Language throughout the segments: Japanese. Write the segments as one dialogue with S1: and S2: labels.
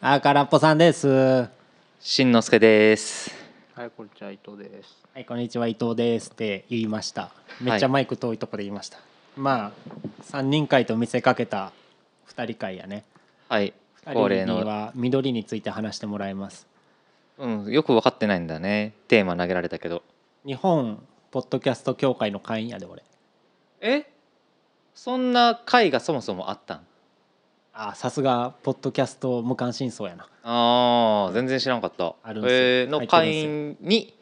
S1: あからっぽさんです。は
S2: しんのすけです。
S3: はい、こんにちは、伊藤です。
S1: い、こんにちは伊藤ですって言いました。めっちゃ
S2: はい
S1: マイク遠いとこで言いました。まあ三人会と見せかけた二人会やね。
S2: はい。
S1: 二
S2: 恒例
S1: 人に
S2: の。
S1: は緑について話してもらいます。
S2: うん、よく分かってないんだね。テーマ投げられたけど。
S1: 日本ポッドキャスト協会の会員やで俺。
S2: え。そんな会がそもそもあったん。
S1: あ、さすがポッドキャスト無関心層やな。
S2: ああ、全然知らんかった。
S1: あるんすよ
S2: えー
S1: 入
S2: の
S1: ってるんすよ
S2: 会員に。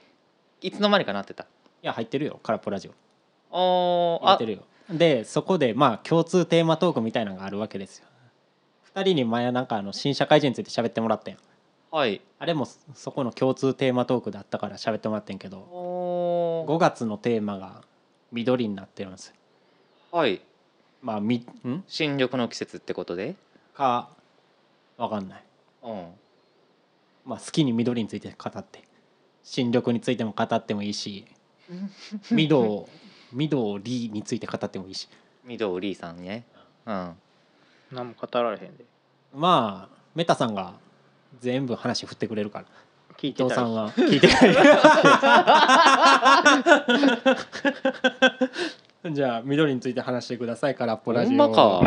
S2: いつの間にかなってた。
S1: いや入ってるよ。からっぽラジオ。
S2: あー
S1: やっ
S2: あ
S1: て。るよでそこでまあ共通テーマトークみたいなのがあるわけですよ2人に前なんかあの新社会人について喋ってもらったやん
S2: はい。
S1: あれもそそこの共通テーマトークだったから喋ってもらってんけど
S2: お
S1: 5月のテーマが緑になってるんですよ
S2: はい。
S1: まあみん
S2: 新緑の季節ってことで。
S1: かわかんない
S2: うん。
S1: まあ好きに緑について語って新緑についても語ってもいいし緑緑について語ってもいいし
S2: 緑さんね。うん。
S3: 何も語られへんで。
S1: まあメタさんが全部話振ってくれるから
S3: 聞い
S1: 伊
S3: て
S1: 藤
S3: た
S1: さん
S3: ら
S1: は聞いてない。じゃあ緑について話してくださいからっぽ
S2: ほ
S1: ラジ
S2: ん
S1: オ。
S2: まか。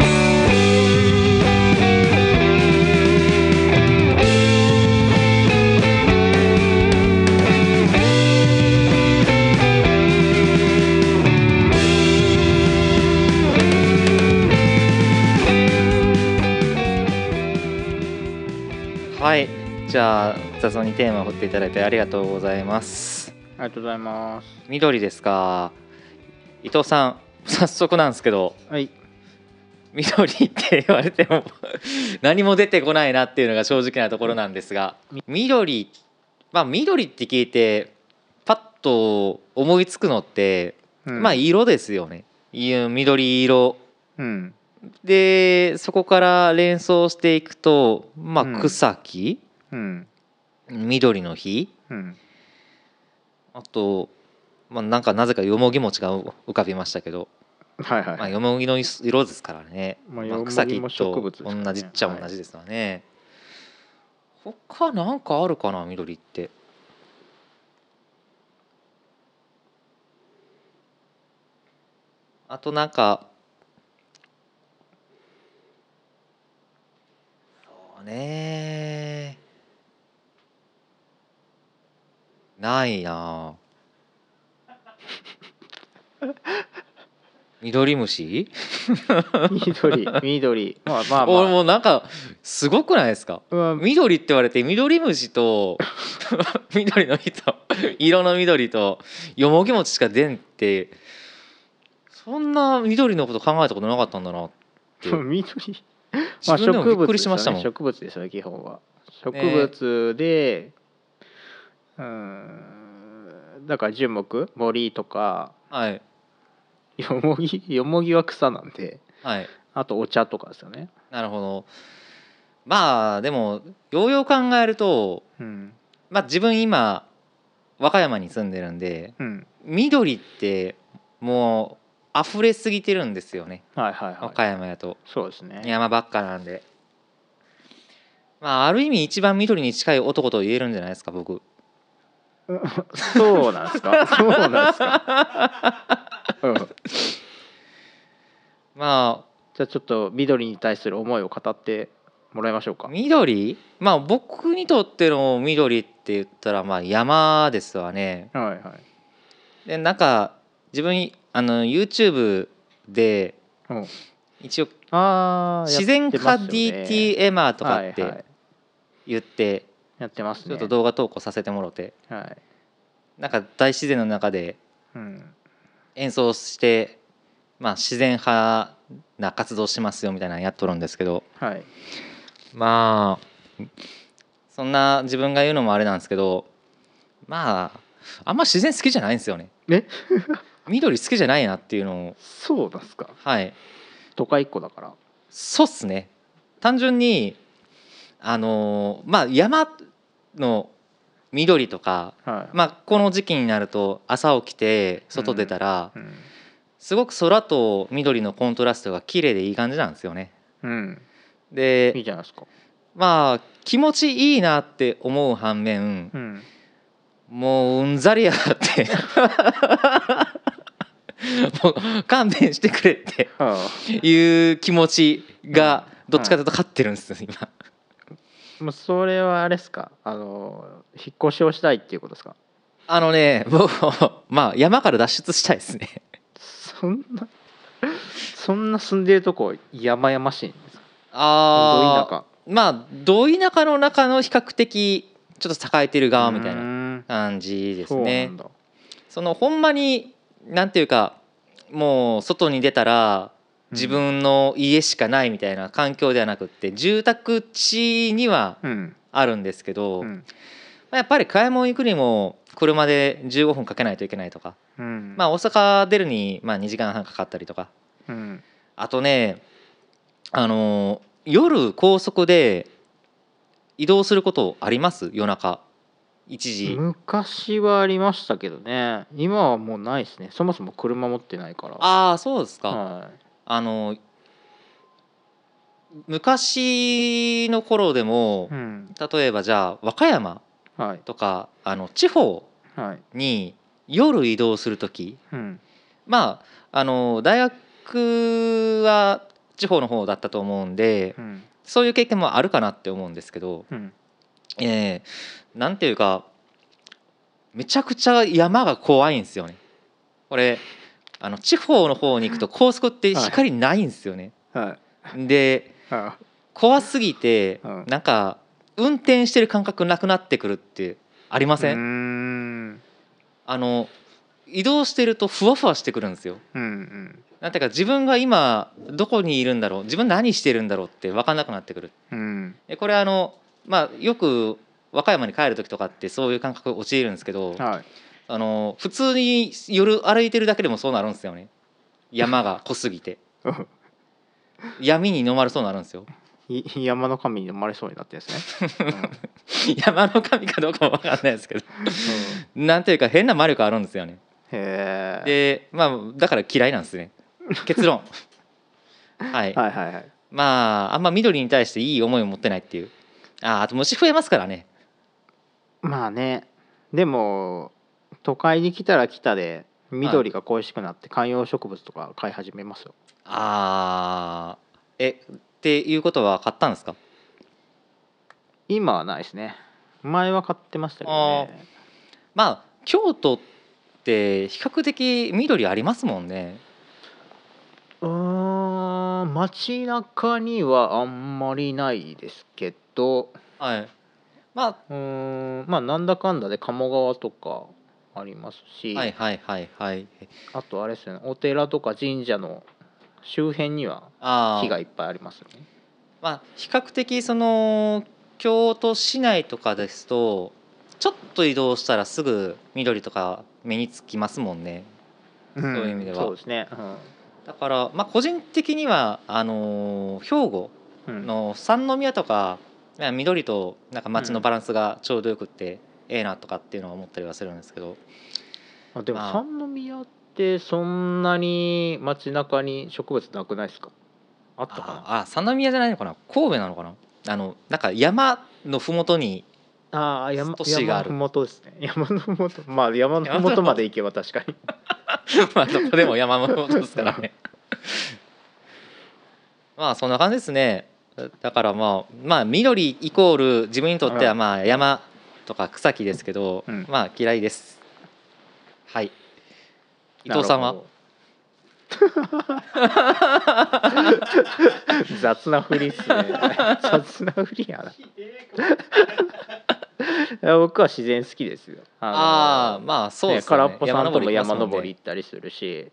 S2: はい、じゃあ雑音にテーマを振っていただいてありがとうございます。
S3: ありがとうございます。
S2: 緑ですか。伊藤さん、早速なんですけど、
S3: はい。
S2: 緑って言われても何も出てこないなっていうのが正直なところなんですが緑まあ緑って聞いてパッと思いつくのって、
S3: うん
S2: まあ色ですよねいう緑色
S3: うん。
S2: でそこから連想していくとま
S3: うん
S2: あ草木、
S3: うん。
S2: 緑の日
S3: うん。
S2: あと、まあ、なんかなぜかよもぎ餅が浮かびましたけど、
S3: はい
S2: まあ、
S3: はい。
S2: よもぎの色ですからね、
S3: ま
S2: ま
S3: あよ
S2: あ、
S3: もぎ
S2: 草木
S3: も植
S2: と
S3: 物ですからね
S2: 同じっちゃ同じですわね、他なんかあるかな緑ってあとなんかそうねないな 緑虫
S3: 緑、 緑。まあまあまあ。
S2: 俺もうなんかすごくないですか
S3: うわ
S2: 緑って言われて緑虫と 緑の人色の緑とよもぎ餅しか出んってそんな緑のこと考えたことなかったんだなって
S3: 緑。ま
S2: 自
S3: あ
S2: 分でもび
S3: 植
S2: っ
S3: 物
S2: く
S3: で
S2: りし
S3: す
S2: ましたも
S3: よ
S2: ん、
S3: ね。植物ですよね、基本は。植物で、うーん。だから樹木、森とか、
S2: はい
S3: よもぎ、よもぎは草なんで、
S2: はい
S3: あとお茶とかですよね。
S2: なるほどまあでもようよう考えると
S3: うん。
S2: まあ自分今和歌山に住んでるんで
S3: うん。
S2: 緑ってもう溢れすぎてるんですよね
S3: はいはい
S2: 和
S3: は
S2: 歌
S3: い。
S2: 山やと。
S3: そうですね。
S2: 山ばっかなんでまあある意味一番緑に近い男と言えるんじゃないですか僕
S3: そうなんですか。そうなんですか。 うん、じ
S2: ま
S3: ゃあちょっと緑に対する思いを語ってもらいましょう
S2: あ
S3: か。
S2: 緑まあ僕にとっての緑って言ったらまあ山ですわね
S3: はいはい。
S2: でなんか自分あの YouTube で
S3: うん、
S2: 一応
S3: ああ、
S2: 自然科
S3: やってますよね
S2: DTMR とかっ
S3: はいはい
S2: て言って
S3: やってます
S2: ちょ
S3: ね。
S2: っと動画投稿させてもろて
S3: はい。
S2: なんか大自然の中で
S3: うん。
S2: 演奏して、まあ、自然派な活動しますよみたいなのやっとるんですけど
S3: はい。
S2: まあそんな自分が言うのもあれなんですけどまああんま自然好きじゃないんですよね
S3: え、
S2: 緑好きじゃないなっていうのを
S3: そうなんですか。
S2: はい
S3: 都会っ子だから。
S2: そうっすね単純にあのまあ山の緑とか
S3: はい。
S2: まあこの時期になると朝起きて外出たら、
S3: うん。
S2: すごく空と緑のコントラストが綺麗でいい感じなんですよね。
S3: うん。いい
S2: で
S3: じゃないですか。
S2: まあ気持ちいいなって思う反面
S3: うん
S2: もううんざりやだって もう勘弁してくれっ
S3: はあ
S2: ていう気持ちがどっちかというと勝ってるんですよ今
S3: もうそれはあれですかあの引っ越しをしたいっていうことですか
S2: あのねもうまあ山から脱出したいですね
S3: そんなそんな住んでるとこ山々しいんですか
S2: ああ
S3: ど
S2: まあど田舎の中の比較的ちょっと栄えてる
S3: 田
S2: 側
S3: 舎
S2: みたいうな
S3: ーん
S2: 感じです
S3: そうな
S2: ね
S3: んだ
S2: そのほんまになんていうかもう外に出たら自分の家しかないみたいな環境ではなくって住宅地には
S3: うん
S2: あるんですけど、
S3: う
S2: ま
S3: ん
S2: あやっぱり買い物行くにも車で15分かけないといけないとか、
S3: うん
S2: まあ、大阪出るにまあ2時間半かかったりとか
S3: うん
S2: あとねあの夜高速で移動することあります夜中1時、
S3: 昔はありましたけどね今はもうないですねそもそも車持ってないから
S2: ああそうですか、
S3: は
S2: あの昔の頃でも
S3: い、うん、
S2: 例えばじゃあ和歌山
S3: はい
S2: とかあの地方
S3: はい
S2: に夜移動する時
S3: うん
S2: まああの大学は地方の方だったと思うんで
S3: うん
S2: そういう経験もあるかなって思うんですけど、
S3: うん
S2: えーなんていうかめちゃくちゃ山が怖いんですよね。これあの地方の方に行くと高速って光ないんですよね。
S3: はい
S2: で
S3: あ
S2: 怖すぎて、
S3: うん
S2: なんか運転してる感覚なくなってくるってありま
S3: う
S2: せん、
S3: ーん
S2: あの移動してるとふわふわしてくるんですよ
S3: うんうん
S2: なんていうか自分が今どこにいるんだろう自分何してるんだろうって分かんなくなってくる
S3: うん
S2: でこれあのまあよく和歌山に帰る時とかってそういう感覚陥るんですけど
S3: はい
S2: あの普通に夜歩いてるだけでもそうなるんですよね山 が濃すぎて闇に飲まれそうになるんですよ
S3: い山の神に生まれそうになってるんですね、
S2: 山の神かどうかも分かんないですけど
S3: うん
S2: なんていうか変な魔力あるんですよね。
S3: へ
S2: で
S3: え。
S2: まあだから嫌いなんですね。結 論。はい、
S3: はいはいはい。
S2: まああんま緑に対していい思いを持ってないっていう。ああと虫増えますからね。
S3: まあね、でも都会に来たら来たで緑が恋しくなって観葉植物とか買い始めますよ。
S2: ああえっていうことは買ったんですか
S3: 今はないですね。前は買ってましたけどね。
S2: まあ京都って比較的緑ありますもんね。
S3: うーん、街中にはあんまりないですけど、
S2: はい。ま
S3: うーん、まあなんだかんだで鴨川とかありますし、
S2: あはいはいはいはい。
S3: あとあれですよね、お寺とか神社の周辺には
S2: ああ
S3: 木がいっぱいありますよね。
S2: まあ、比較的その京都市内とかですとちょっと移動したらすぐ緑とか目につきますもんね
S3: そう
S2: そういう意味では
S3: そうですね。うん
S2: だからまあ個人的にはあのー兵庫
S3: うん
S2: の三宮とかまあ緑となんか街のバランスがちょうどよくってええなとかっていうのは思ったりはするんですけど
S3: あでも
S2: まあ
S3: 三宮ってそんなに街中に植物なくないですかあったか
S2: ああ三宮じゃないのかな神戸なのかなあのなんか山の麓に
S3: なああー山
S2: 都市がある
S3: 山のふもとですね 山のふもとまあ山のふもとまで行けば確かに
S2: まあどこでも山のことですからね まあそんな感じですねだからまあまあ緑イコール自分にとってはまあ山とか草木ですけど、
S3: うん
S2: まあ嫌いですはい 伊藤さん
S3: な
S2: は
S3: るほど 雑なふり っすね雑なふりやないや 僕は自然好きですよあの
S2: ああまあそう
S3: ね
S2: ですよ
S3: 空
S2: ね
S3: っぽさんとも山
S2: 行きますも
S3: 登
S2: ん
S3: り
S2: ね
S3: 行ったりするし、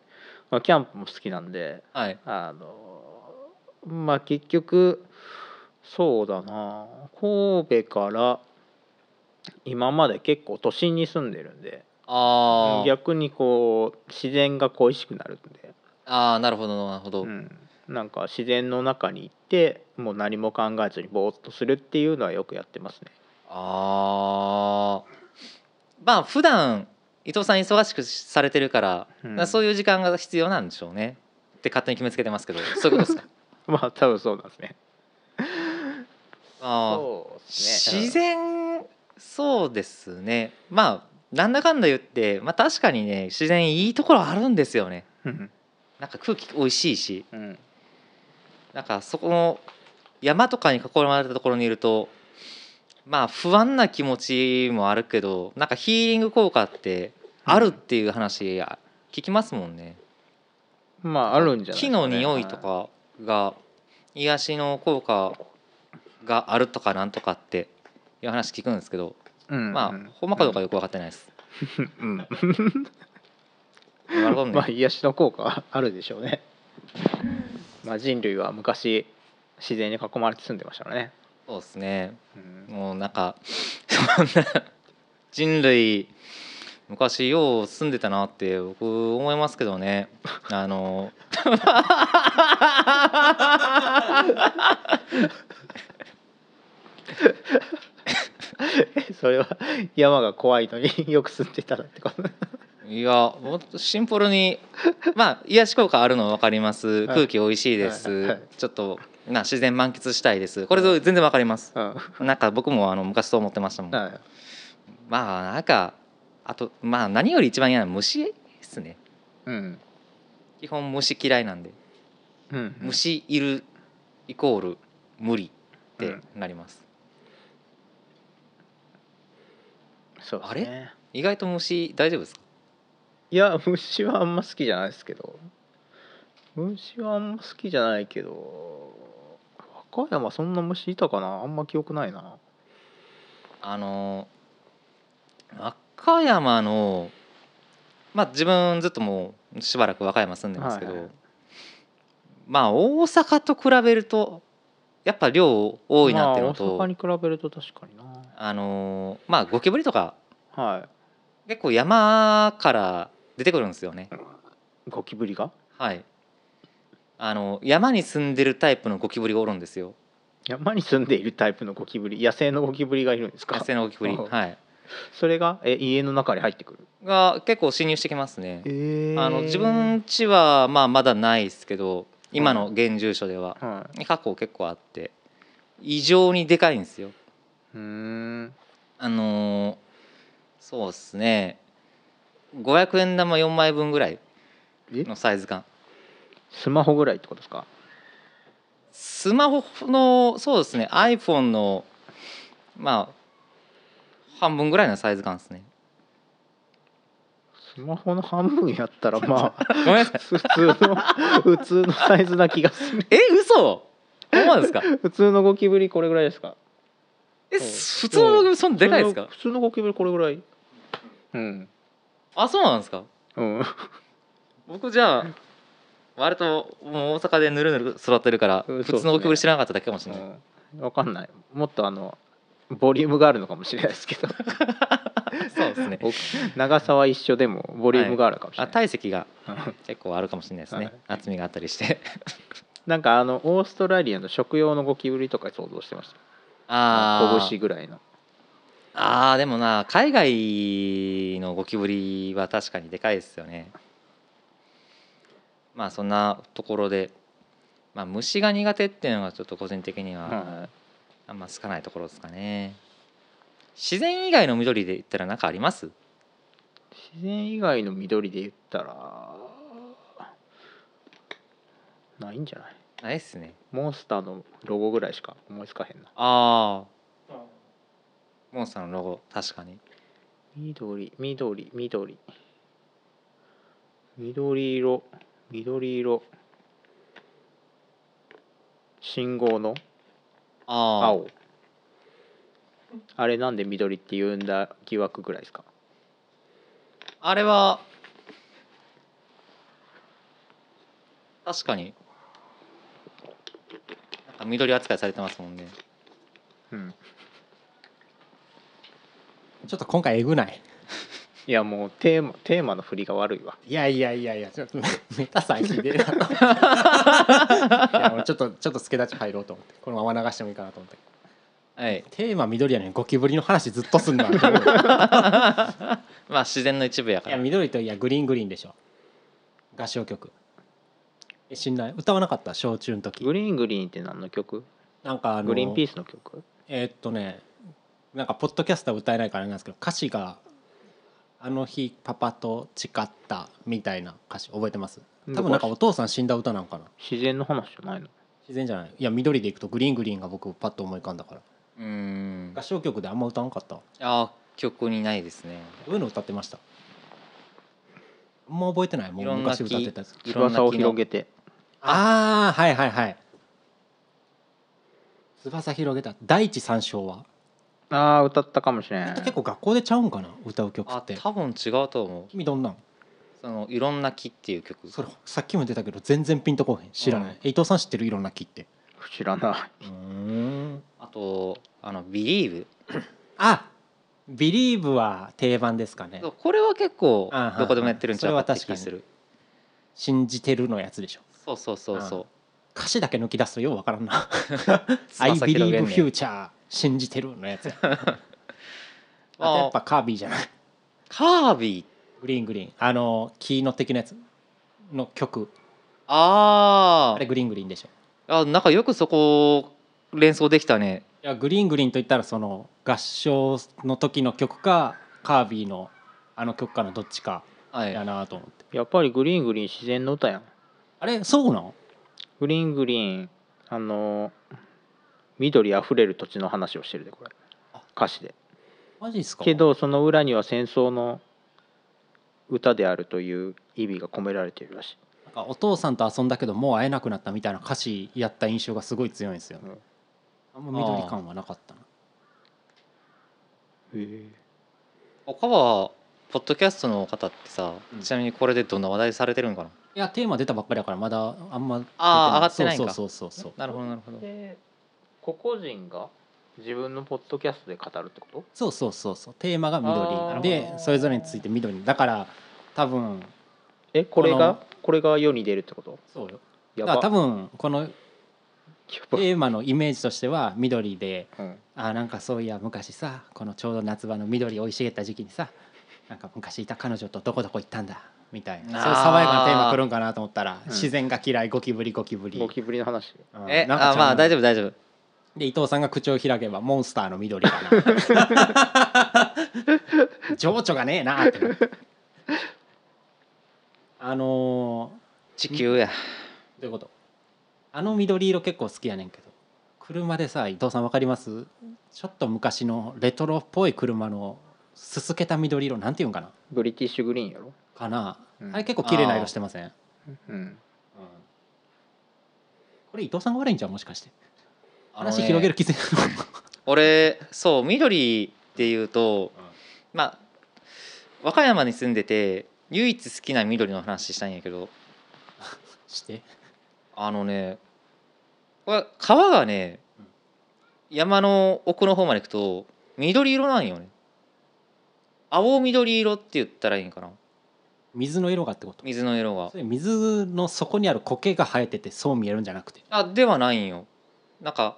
S3: まあ、キャンプも好きなんで
S2: はい
S3: あのまあ結局そうだな神戸から今まで結構都心に住んでるんで
S2: あー
S3: 逆にこう自然が恋しくなるんで、
S2: あーなるほどなるほど、
S3: うん、なんか自然の中に行ってもう何も考えずにぼーっとするっていうのはよくやってますね。
S2: ああまあ普段伊藤さん忙しくされてるから、
S3: うん
S2: だからそういう時間が必要なんでしょうね って勝手に決めつけてますけどそういうことですか
S3: まあ多分そうなんですね。
S2: まあー
S3: そうですね
S2: 自然そうですねまあなんだかんだ言って、まあ、確かにね自然いいところあるんですよね
S3: うん
S2: なんか空気美味しいし
S3: うん
S2: なんかそこの山とかに囲まれたところにいるとまあ不安な気持ちもあるけどなんかヒーリング効果ってあるっていう話あ聞きますもんね。
S3: まああるんじゃない
S2: 木の匂いと
S3: は
S2: かが癒しの効果があるとかなんとかっていう話聞くんですけど、
S3: いうん
S2: まあほんまかどうかよく分かってないです。
S3: うんうん
S2: なるほどね
S3: まあ癒しの効果はあるでしょうねまあ人類は昔自然に囲まれて住んでましたからね、
S2: そうですね。
S3: うん
S2: もうなんか そんな人類昔よう住んでたなって僕思いますけどねあの
S3: それは山が怖いのによく住んでたらってこと
S2: いやもっとシンプルにまあ癒し効果あるの分かります
S3: はい
S2: 空気おいしいで
S3: はいはい
S2: すちょっとな自然満喫したいですこれ全然分かります
S3: うんは
S2: なんか僕もあの昔そう思ってましたもんま
S3: い
S2: あなんかあとまあ何より一番嫌なのは虫ですね
S3: うん
S2: 基本虫嫌いなんで
S3: うん
S2: 虫いるイコール無理ってなります、
S3: そうですね
S2: 意外と虫大丈夫ですか
S3: いや虫はあんま好きじゃないですけど虫はあんま好きじゃないけど和歌山そんな虫いたかなあんま記憶ないな
S2: あの和歌山のまあ自分ずっともうしばらく和歌山住んでますけど、
S3: はいはい
S2: まあ大阪と比べるとやっぱ量多いなっていうのと、
S3: ま
S2: あ
S3: あ、大阪に比べると確かにな
S2: のまあゴキブリとか
S3: は
S2: 結構山から出てくるんですよね。
S3: いゴキブリが
S2: はいあの山に住んでるタイプのゴキブリがおるんですよ。
S3: 山に住んでいるタイプのゴキブリ野生のゴキブリがいるんですか
S2: 野生のゴキブリ、
S3: あ
S2: はい、
S3: それがえ家の中に入ってくる
S2: が結構侵入してきますね。
S3: え
S2: あの自分家はまあまだないですけど今の現住所では
S3: は
S2: 過去結構あって異常にでかいんですよ。
S3: いうーん
S2: あのーそうですね500円玉4枚分ぐらい
S3: え
S2: のサイズ感
S3: スマホぐらいってことですか
S2: スマホのそうですね iPhone のまあ半分ぐらいのサイズ感ですね。
S3: スマホの半分やったらま あ
S2: ごめんなさい
S3: 普通の普通のサイズな気がする
S2: え嘘ほんまですか
S3: 普通のゴキブリこれぐらいですか
S2: え
S3: うん
S2: 普通のゴキブリそんなでかいですか
S3: 普通の普通のゴキブリこれぐらいうん
S2: あそうなんですか
S3: うん
S2: 僕じゃあ割ともう大阪でぬるぬる育ってるから
S3: うん
S2: 普通のゴキブリ知らなかっただけかもしれない、
S3: 分かんないもっとあのボリュームがあるのかもしれないです けど
S2: そうですね
S3: お長さは一緒でもボリュームがあるかもしれ
S2: あ
S3: ない、
S2: 体積が
S3: うん
S2: 結構あるかもしれないですね、
S3: はい
S2: 厚みがあったりして
S3: なんかあのオーストラリアの食用のゴキブリとか想像してました
S2: あ
S3: 拳
S2: ー
S3: ぐらいの
S2: あーでもな海外のゴキブリは確かにでかいですよねまあそんなところで、まあ、虫が苦手っていうのがちょっと個人的には
S3: はい
S2: あんま好かないところですかね自然以外の緑で言ったら何かあります
S3: 自然以外の緑で言ったらないんじゃない
S2: ないですね
S3: モンスターのロゴぐらいしか思いつかへんな
S2: ああモンスターのロゴ確かに
S3: 緑緑緑緑色緑色信号の
S2: ああ
S3: 青あれなんで緑って言うんだ疑惑ぐらいですか
S2: あれは確かになんか緑扱いされてますもんね
S3: うん
S1: ちょっと今回えぐない
S3: いやもうテーマテーマの振りが悪いわ
S1: いやいやいやいやちょっとメタさんひでえな いや俺ちょっとちょっと助太刀入ろうと思ってこのまま流してもいいかなと思って
S2: はい
S1: テーマ緑やねんゴキブリの話ずっとすんない
S2: まあ自然の一部やか
S1: や
S2: ら
S1: 緑といやグリーングリーンでしょ合唱曲え知んない歌わなかった小中の時
S3: グリーングリーンって何の曲
S1: なんかあの
S3: グリーンピースの曲
S1: えーっとねなんかポッドキャスター歌えないからあれなんですけど歌詞が「あの日パパと誓った」みたいな歌詞覚えてます多分なんかお父さん死んだ歌なんかな
S3: 自然の話じゃないの
S1: 自然じゃないいや緑でいくと「グリーングリーン」が僕パッと思い浮かんだから
S2: うーん
S1: 合唱曲であんま歌わんかった
S2: あー曲にないですね
S1: どういうの歌ってましたあんま覚えてないも
S2: いうろんな
S1: 昔
S2: 気
S1: 歌ってたやつ
S2: いろんな
S3: 翼を
S2: 機能
S3: 広げて
S1: ああはいはいはい翼広げた第一三章は
S3: ああ歌ったかもしれん
S1: 結構学校でちゃうんかな歌う曲
S2: あ
S1: って
S2: 多分違うと思う
S1: 君どんなん
S2: そのいろんな木っていう曲
S1: それさっきも出たけど全然ピンとこへん知らない、
S2: うん
S1: え伊藤さん知ってるいろんな木って
S3: 知らな
S1: うん
S2: あとあの「Believe
S1: あビリーブは定番ですか」ね
S2: そうこれは結構
S1: あー
S2: どこでもやってるんちゃうか
S1: はい
S2: って
S1: はいそれは確かに
S2: 気する
S1: 信じてるのやつでしょ
S2: そうそうそうそ
S1: 歌詞だけ抜き出すとようわからん な
S2: う
S1: 「I
S2: 翼広げ
S1: believe
S2: んねん
S1: future 信じてる」のや つやあとや
S2: あ
S1: っぱカービィじゃない
S2: カービィ
S1: グリーングリーンあのキーノ的なやつの曲
S2: あ
S1: あれグリーングリーンでしょ
S2: ああなんかよくそこ連想できたね
S1: いやグリーングリーンといったらその合唱の時の曲かカービィのあの曲かのどっちか
S2: はい
S1: やなと思って
S3: いやっぱりグリーングリーン自然の歌やん
S1: あれそうなの
S3: グリーングリーンあのー緑あふれる土地の話をしてるでこれ歌詞で
S1: マジっすか
S3: けどその裏には戦争の歌であるという意味が込められているらしい
S1: なんかお父さんと遊んだけどもう会えなくなったみたいな歌詞やった印象がすごい強いんですよね、あんま緑感はなかったな
S2: 他はポッドキャストの方ってさ、
S1: うん
S2: ちなみにこれでどんな話題されてるのかない
S1: やテーマ出たばっかりだからまだあんま
S2: あー上がって
S1: 出
S2: ないんか
S1: そうそうそうそう
S2: なるほどなるほど
S3: で個々人が自分のポッドキャストで語るってこと
S1: そうそうそうそうテーマが
S3: あ
S1: 緑
S3: ー
S1: でそれぞれについて緑だから多分
S3: えこれ
S1: こ
S3: がこれが世に出るってこと
S1: そうよ
S3: や
S1: だから
S3: ば
S1: 多分この
S3: や
S1: テ
S3: ば
S1: ーマのイメージとしては緑で
S3: うん
S1: あーなんかそういや昔さこのちょうど夏場の緑生い茂った時期にさなんか昔いた彼女とどこどこ行ったんだみたいなそういう
S2: あー
S1: 爽やかなテーマ来るんかなと思ったら、
S3: うん
S1: 自然が嫌いゴキブリゴキブリ
S3: ゴキブリの話
S1: うん
S2: え
S1: なんかち
S2: あ
S1: ゃう
S2: まあ大丈夫大丈夫
S1: で伊藤さんが口を開けばモンスターの緑かな情緒がねえなってなってあの
S2: 地球や
S1: ー、どういうことあの緑色結構好きやねんけど車でさ伊藤さんわかりますちょっと昔のレトロっぽい車のすすけた緑色なんていうんかな
S3: ブリティッシュグリーンやろ
S1: かな、
S3: うん
S1: あれ結構綺麗な色してません、
S3: うん
S1: これ伊藤さんが悪いんじゃんもしかして
S2: あのね
S1: 話広げる気せん
S2: 俺そう緑っていうと、まあ和歌山に住んでて唯一好きな緑の話したいんやけど
S1: して
S2: あのねこれ川がね
S1: うん
S2: 山の奥の方まで行くと緑色なんよね青緑色って言ったらいいんかな
S1: 水の色がってこと
S2: 水の色が
S1: それ水の底にある苔が生えててそう見えるんじゃなくて
S2: あではないんよなんか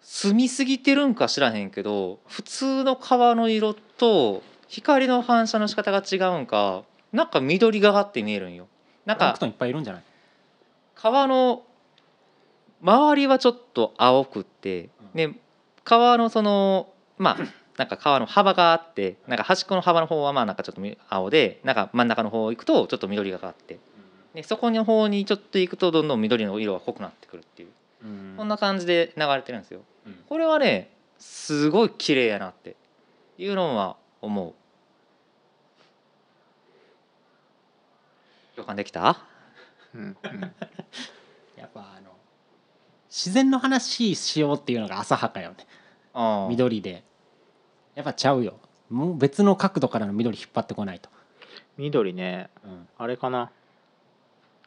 S2: 澄みすぎてるんか知らへんけど普通の川の色と光の反射の仕方が違うんかなんか緑がかって見えるんよなん
S1: プラン
S2: か
S1: クトンいっぱいいるんじゃない
S2: 川の周りはちょっと青くってで川のその まあなんか川の幅があってなんか端っこの幅の方はまあなんかちょっとみ青でなんか真ん中の方行くとちょっと緑がかってでそこの方にちょっと行くとどんどん緑の色が濃くなってくるっていう
S1: うん
S2: こんな感じで流れてるんですよ
S1: うん
S2: これはねすごい綺麗やなっていうのは思う共感できた
S3: うんうん
S1: やっぱあの自然の話しようっていうのが浅はかよね
S2: あー
S1: 緑でやっぱちゃうよもう別の角度からの緑引っ張ってこないと、
S3: 緑ね
S1: うん
S3: あれかな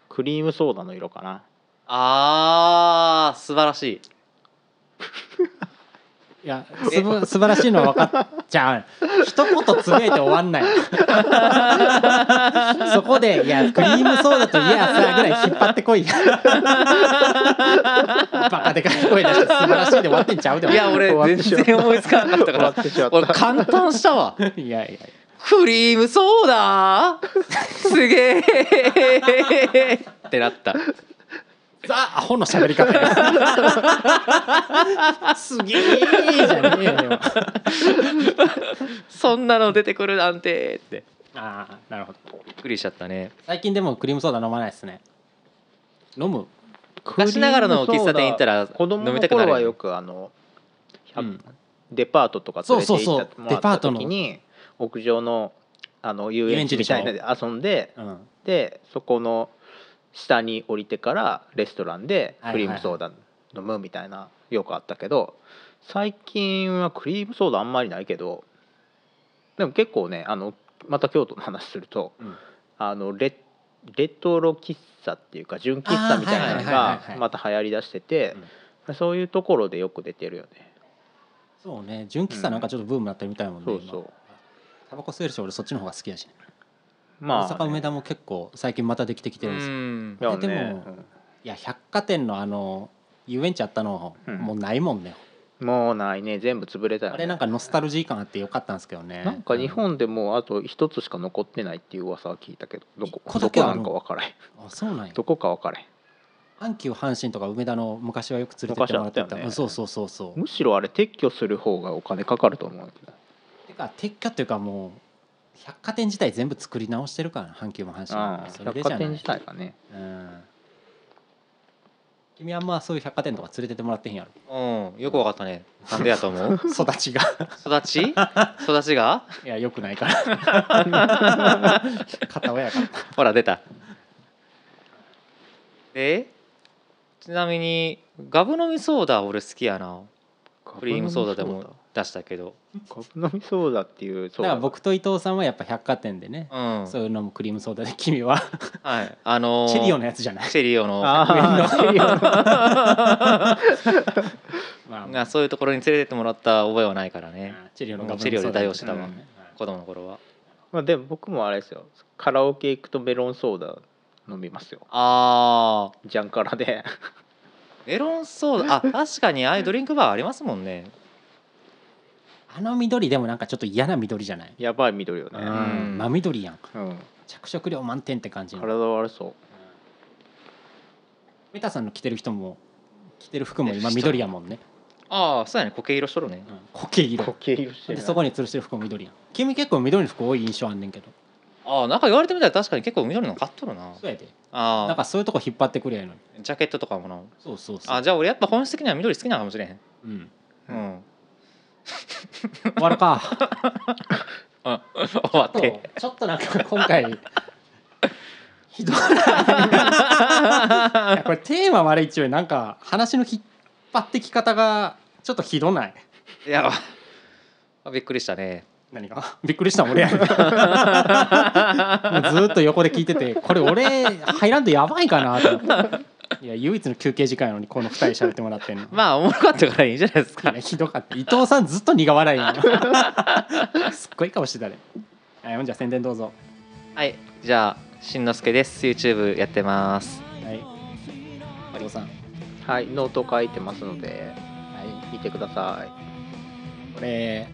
S3: クリームソーダの色かな
S2: あー素晴らしい
S1: いやすぶ素晴らしいのは分かっちゃう一言つぶえて終わんない そこで「いやクリームソーダといやさ」ぐらい引っ張ってこい バカでかい声出して素晴らしいで終わってんちゃうで
S2: いや俺
S3: 終わってし
S2: 全
S3: まった
S2: 然思いつかなかった
S3: 終わ
S2: か
S3: ってしま
S2: ら
S3: っ
S2: 俺
S3: た
S2: 簡単したわ
S1: いやいや
S2: クリームソーダすげえってなった
S1: ザアホの喋り方やすげえじゃねえよ
S2: そんなの出てくるなんてって
S1: ああなるほど
S2: びっくりしちゃったね
S1: 最近でもクリームソーダ飲まないですね飲む
S2: 昔ながらの喫茶店行ったら
S3: 子供
S2: 飲み
S3: の
S2: たくな
S3: 頃は
S2: る
S3: よ
S2: よ
S3: くあの、100
S1: うん
S3: デパートとか連れて行
S1: そうそ
S3: っ
S1: う
S3: た
S1: そう
S3: もらっ
S1: デパー
S3: た
S1: トの
S3: 時に屋上のあの遊園地みたいなので遊んで
S1: うん
S3: でそこの下に降りてからレストランで
S1: はいはいはい
S3: クリームソーダ飲むみたいなよくあったけど最近はクリームソーダあんまりないけどでも結構ねあのまた京都の話すると
S1: うん
S3: あのレレトロ喫茶っていうか純喫茶みたい
S1: あーはいはい
S3: なの
S1: はい
S3: が
S1: はいはい
S3: また流行りだしててそういうところでよく出てるよね。
S1: そうね純喫茶なんかちょっとブームになってるみたいもんね、
S3: そう
S1: 今
S3: そう
S1: タバコ吸えるし俺そっちの方が好きやしね、
S3: まあね、
S1: 大阪梅田も結構最近またできてきて
S2: う
S1: るんですよ
S2: ん
S3: いや
S1: で
S3: ね
S1: もいや百貨店のあの遊園地あったの
S3: うん
S1: もうないもんね、
S3: うんもうないね全部潰れたよ、ね、
S1: あれなんかノスタルジー感あってよかったんですけどね
S3: なんか日本でもうあと一つしか残ってないっていう噂は聞いたけどどこ
S1: 一個
S3: ど
S1: だ
S3: こ
S1: けあ
S3: な
S1: る
S3: んか分からへん
S1: あそうなんや
S3: どこか分からへん
S1: 阪急阪神とか梅田の昔はよく連れてってもらって
S3: 昔あっ
S1: た
S3: たよね
S1: うんそうそうそうそう
S3: むしろあれ撤去する方がお金かかると思うんだけど
S1: てか撤去っていうかもう百貨店自体全部作り直してるから阪急も阪神も
S3: ああ
S1: それ
S3: 百
S1: でじ
S3: 貨
S1: ゃな
S3: 店
S1: い
S3: 自体がね
S1: うん君あんまそういう百貨店とか連れてってもらってへんや
S2: うんよくわかったねなんでやと思う
S1: ろ育 ちが
S2: 育ち 育ちが
S1: いやよくないから 片親が
S2: ほら出たでちなみにガブ飲みソーダ俺好きやなクリームソーダでも出したけど
S3: カブ飲みソーダっていう
S1: だ
S3: そ
S1: か
S3: う
S1: ら僕と伊藤さんはやっぱ百貨店でね
S2: う、ん
S1: そういうのもクリームソーダで君は
S2: はいあのー
S1: チェリオのやつじゃない
S2: チェリオの
S3: ああ
S1: ま あまあ
S2: がそういうところに連れてってもらった覚えはないからね
S1: チェリオのガブ
S2: チェリオで代用してたわ
S1: うん
S2: 子供の頃は
S3: まあでも僕もあれですよカラオケ行くとメロンソーダ飲みますよ
S2: ああ
S3: ジャンカラで
S2: メロンソーダあ確かにああいうドリンクバーありますもんね
S1: あの緑でもなんかちょっと嫌な緑じゃない
S3: やばい緑よ
S1: う
S3: ね
S1: ん真緑やん
S3: うん
S1: 着色料満点って感じの
S3: 体悪そう
S1: メタさんの着てる人も着てる服も今緑やもんね、
S2: ああそうやね苔色しとるね
S1: うん、苔色
S3: 固形色してる
S1: で
S3: な
S1: そこに吊るしてる服も緑やん君結構緑の服多い印象あんねんけど
S2: ああなんか言われてみたら確かに結構緑の買っとるな
S1: そうやで
S2: あ
S1: なん
S2: あ
S1: かそういうとこ引っ張ってくれやのに
S2: ジャケットとかもな
S1: そうそうそう
S2: あじゃあ俺やっぱ本質的には緑好きなのかもしれへん
S1: うん、
S2: うん
S1: 終わるか
S2: あ終わっ
S1: そう
S2: て
S1: ちょっとなんか今回 ひどいいやこれテーマ悪いっちゅうよりなんか話の引っ張ってき方がちょっとひどない
S2: いやあびっくりした ね
S1: 何が びっくりした俺やんもうずーっと横で聞いててこれ俺入らんとやばいかなと思っていや唯一の休憩時間やのにこの2人喋ってもらってんの、
S2: まあおもろかったからいいんじゃないですか
S1: いやひどかった伊藤さん ずっと苦笑いやんすっごい顔してたねはいほんじゃ宣伝どうぞ
S2: はいじゃあしんのすけです YouTube やってます
S1: はい伊藤さんはい
S3: はいノート書いてますので見てください
S1: これ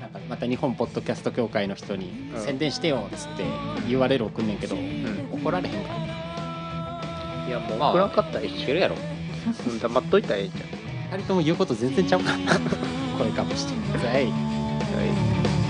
S1: なんかまた日本ポッドキャスト協会の人に
S3: うん
S1: 宣伝してよっつって URL 送んねんけど、
S3: ん
S1: 怒られへんから
S3: いやもう
S2: まあ
S3: 暗かったら一
S2: い
S3: 緒
S2: けるやろ
S3: うん黙っといたらいいじゃん
S1: 2人とも言うこと全然ちゃうからな声かもしてはい
S3: はい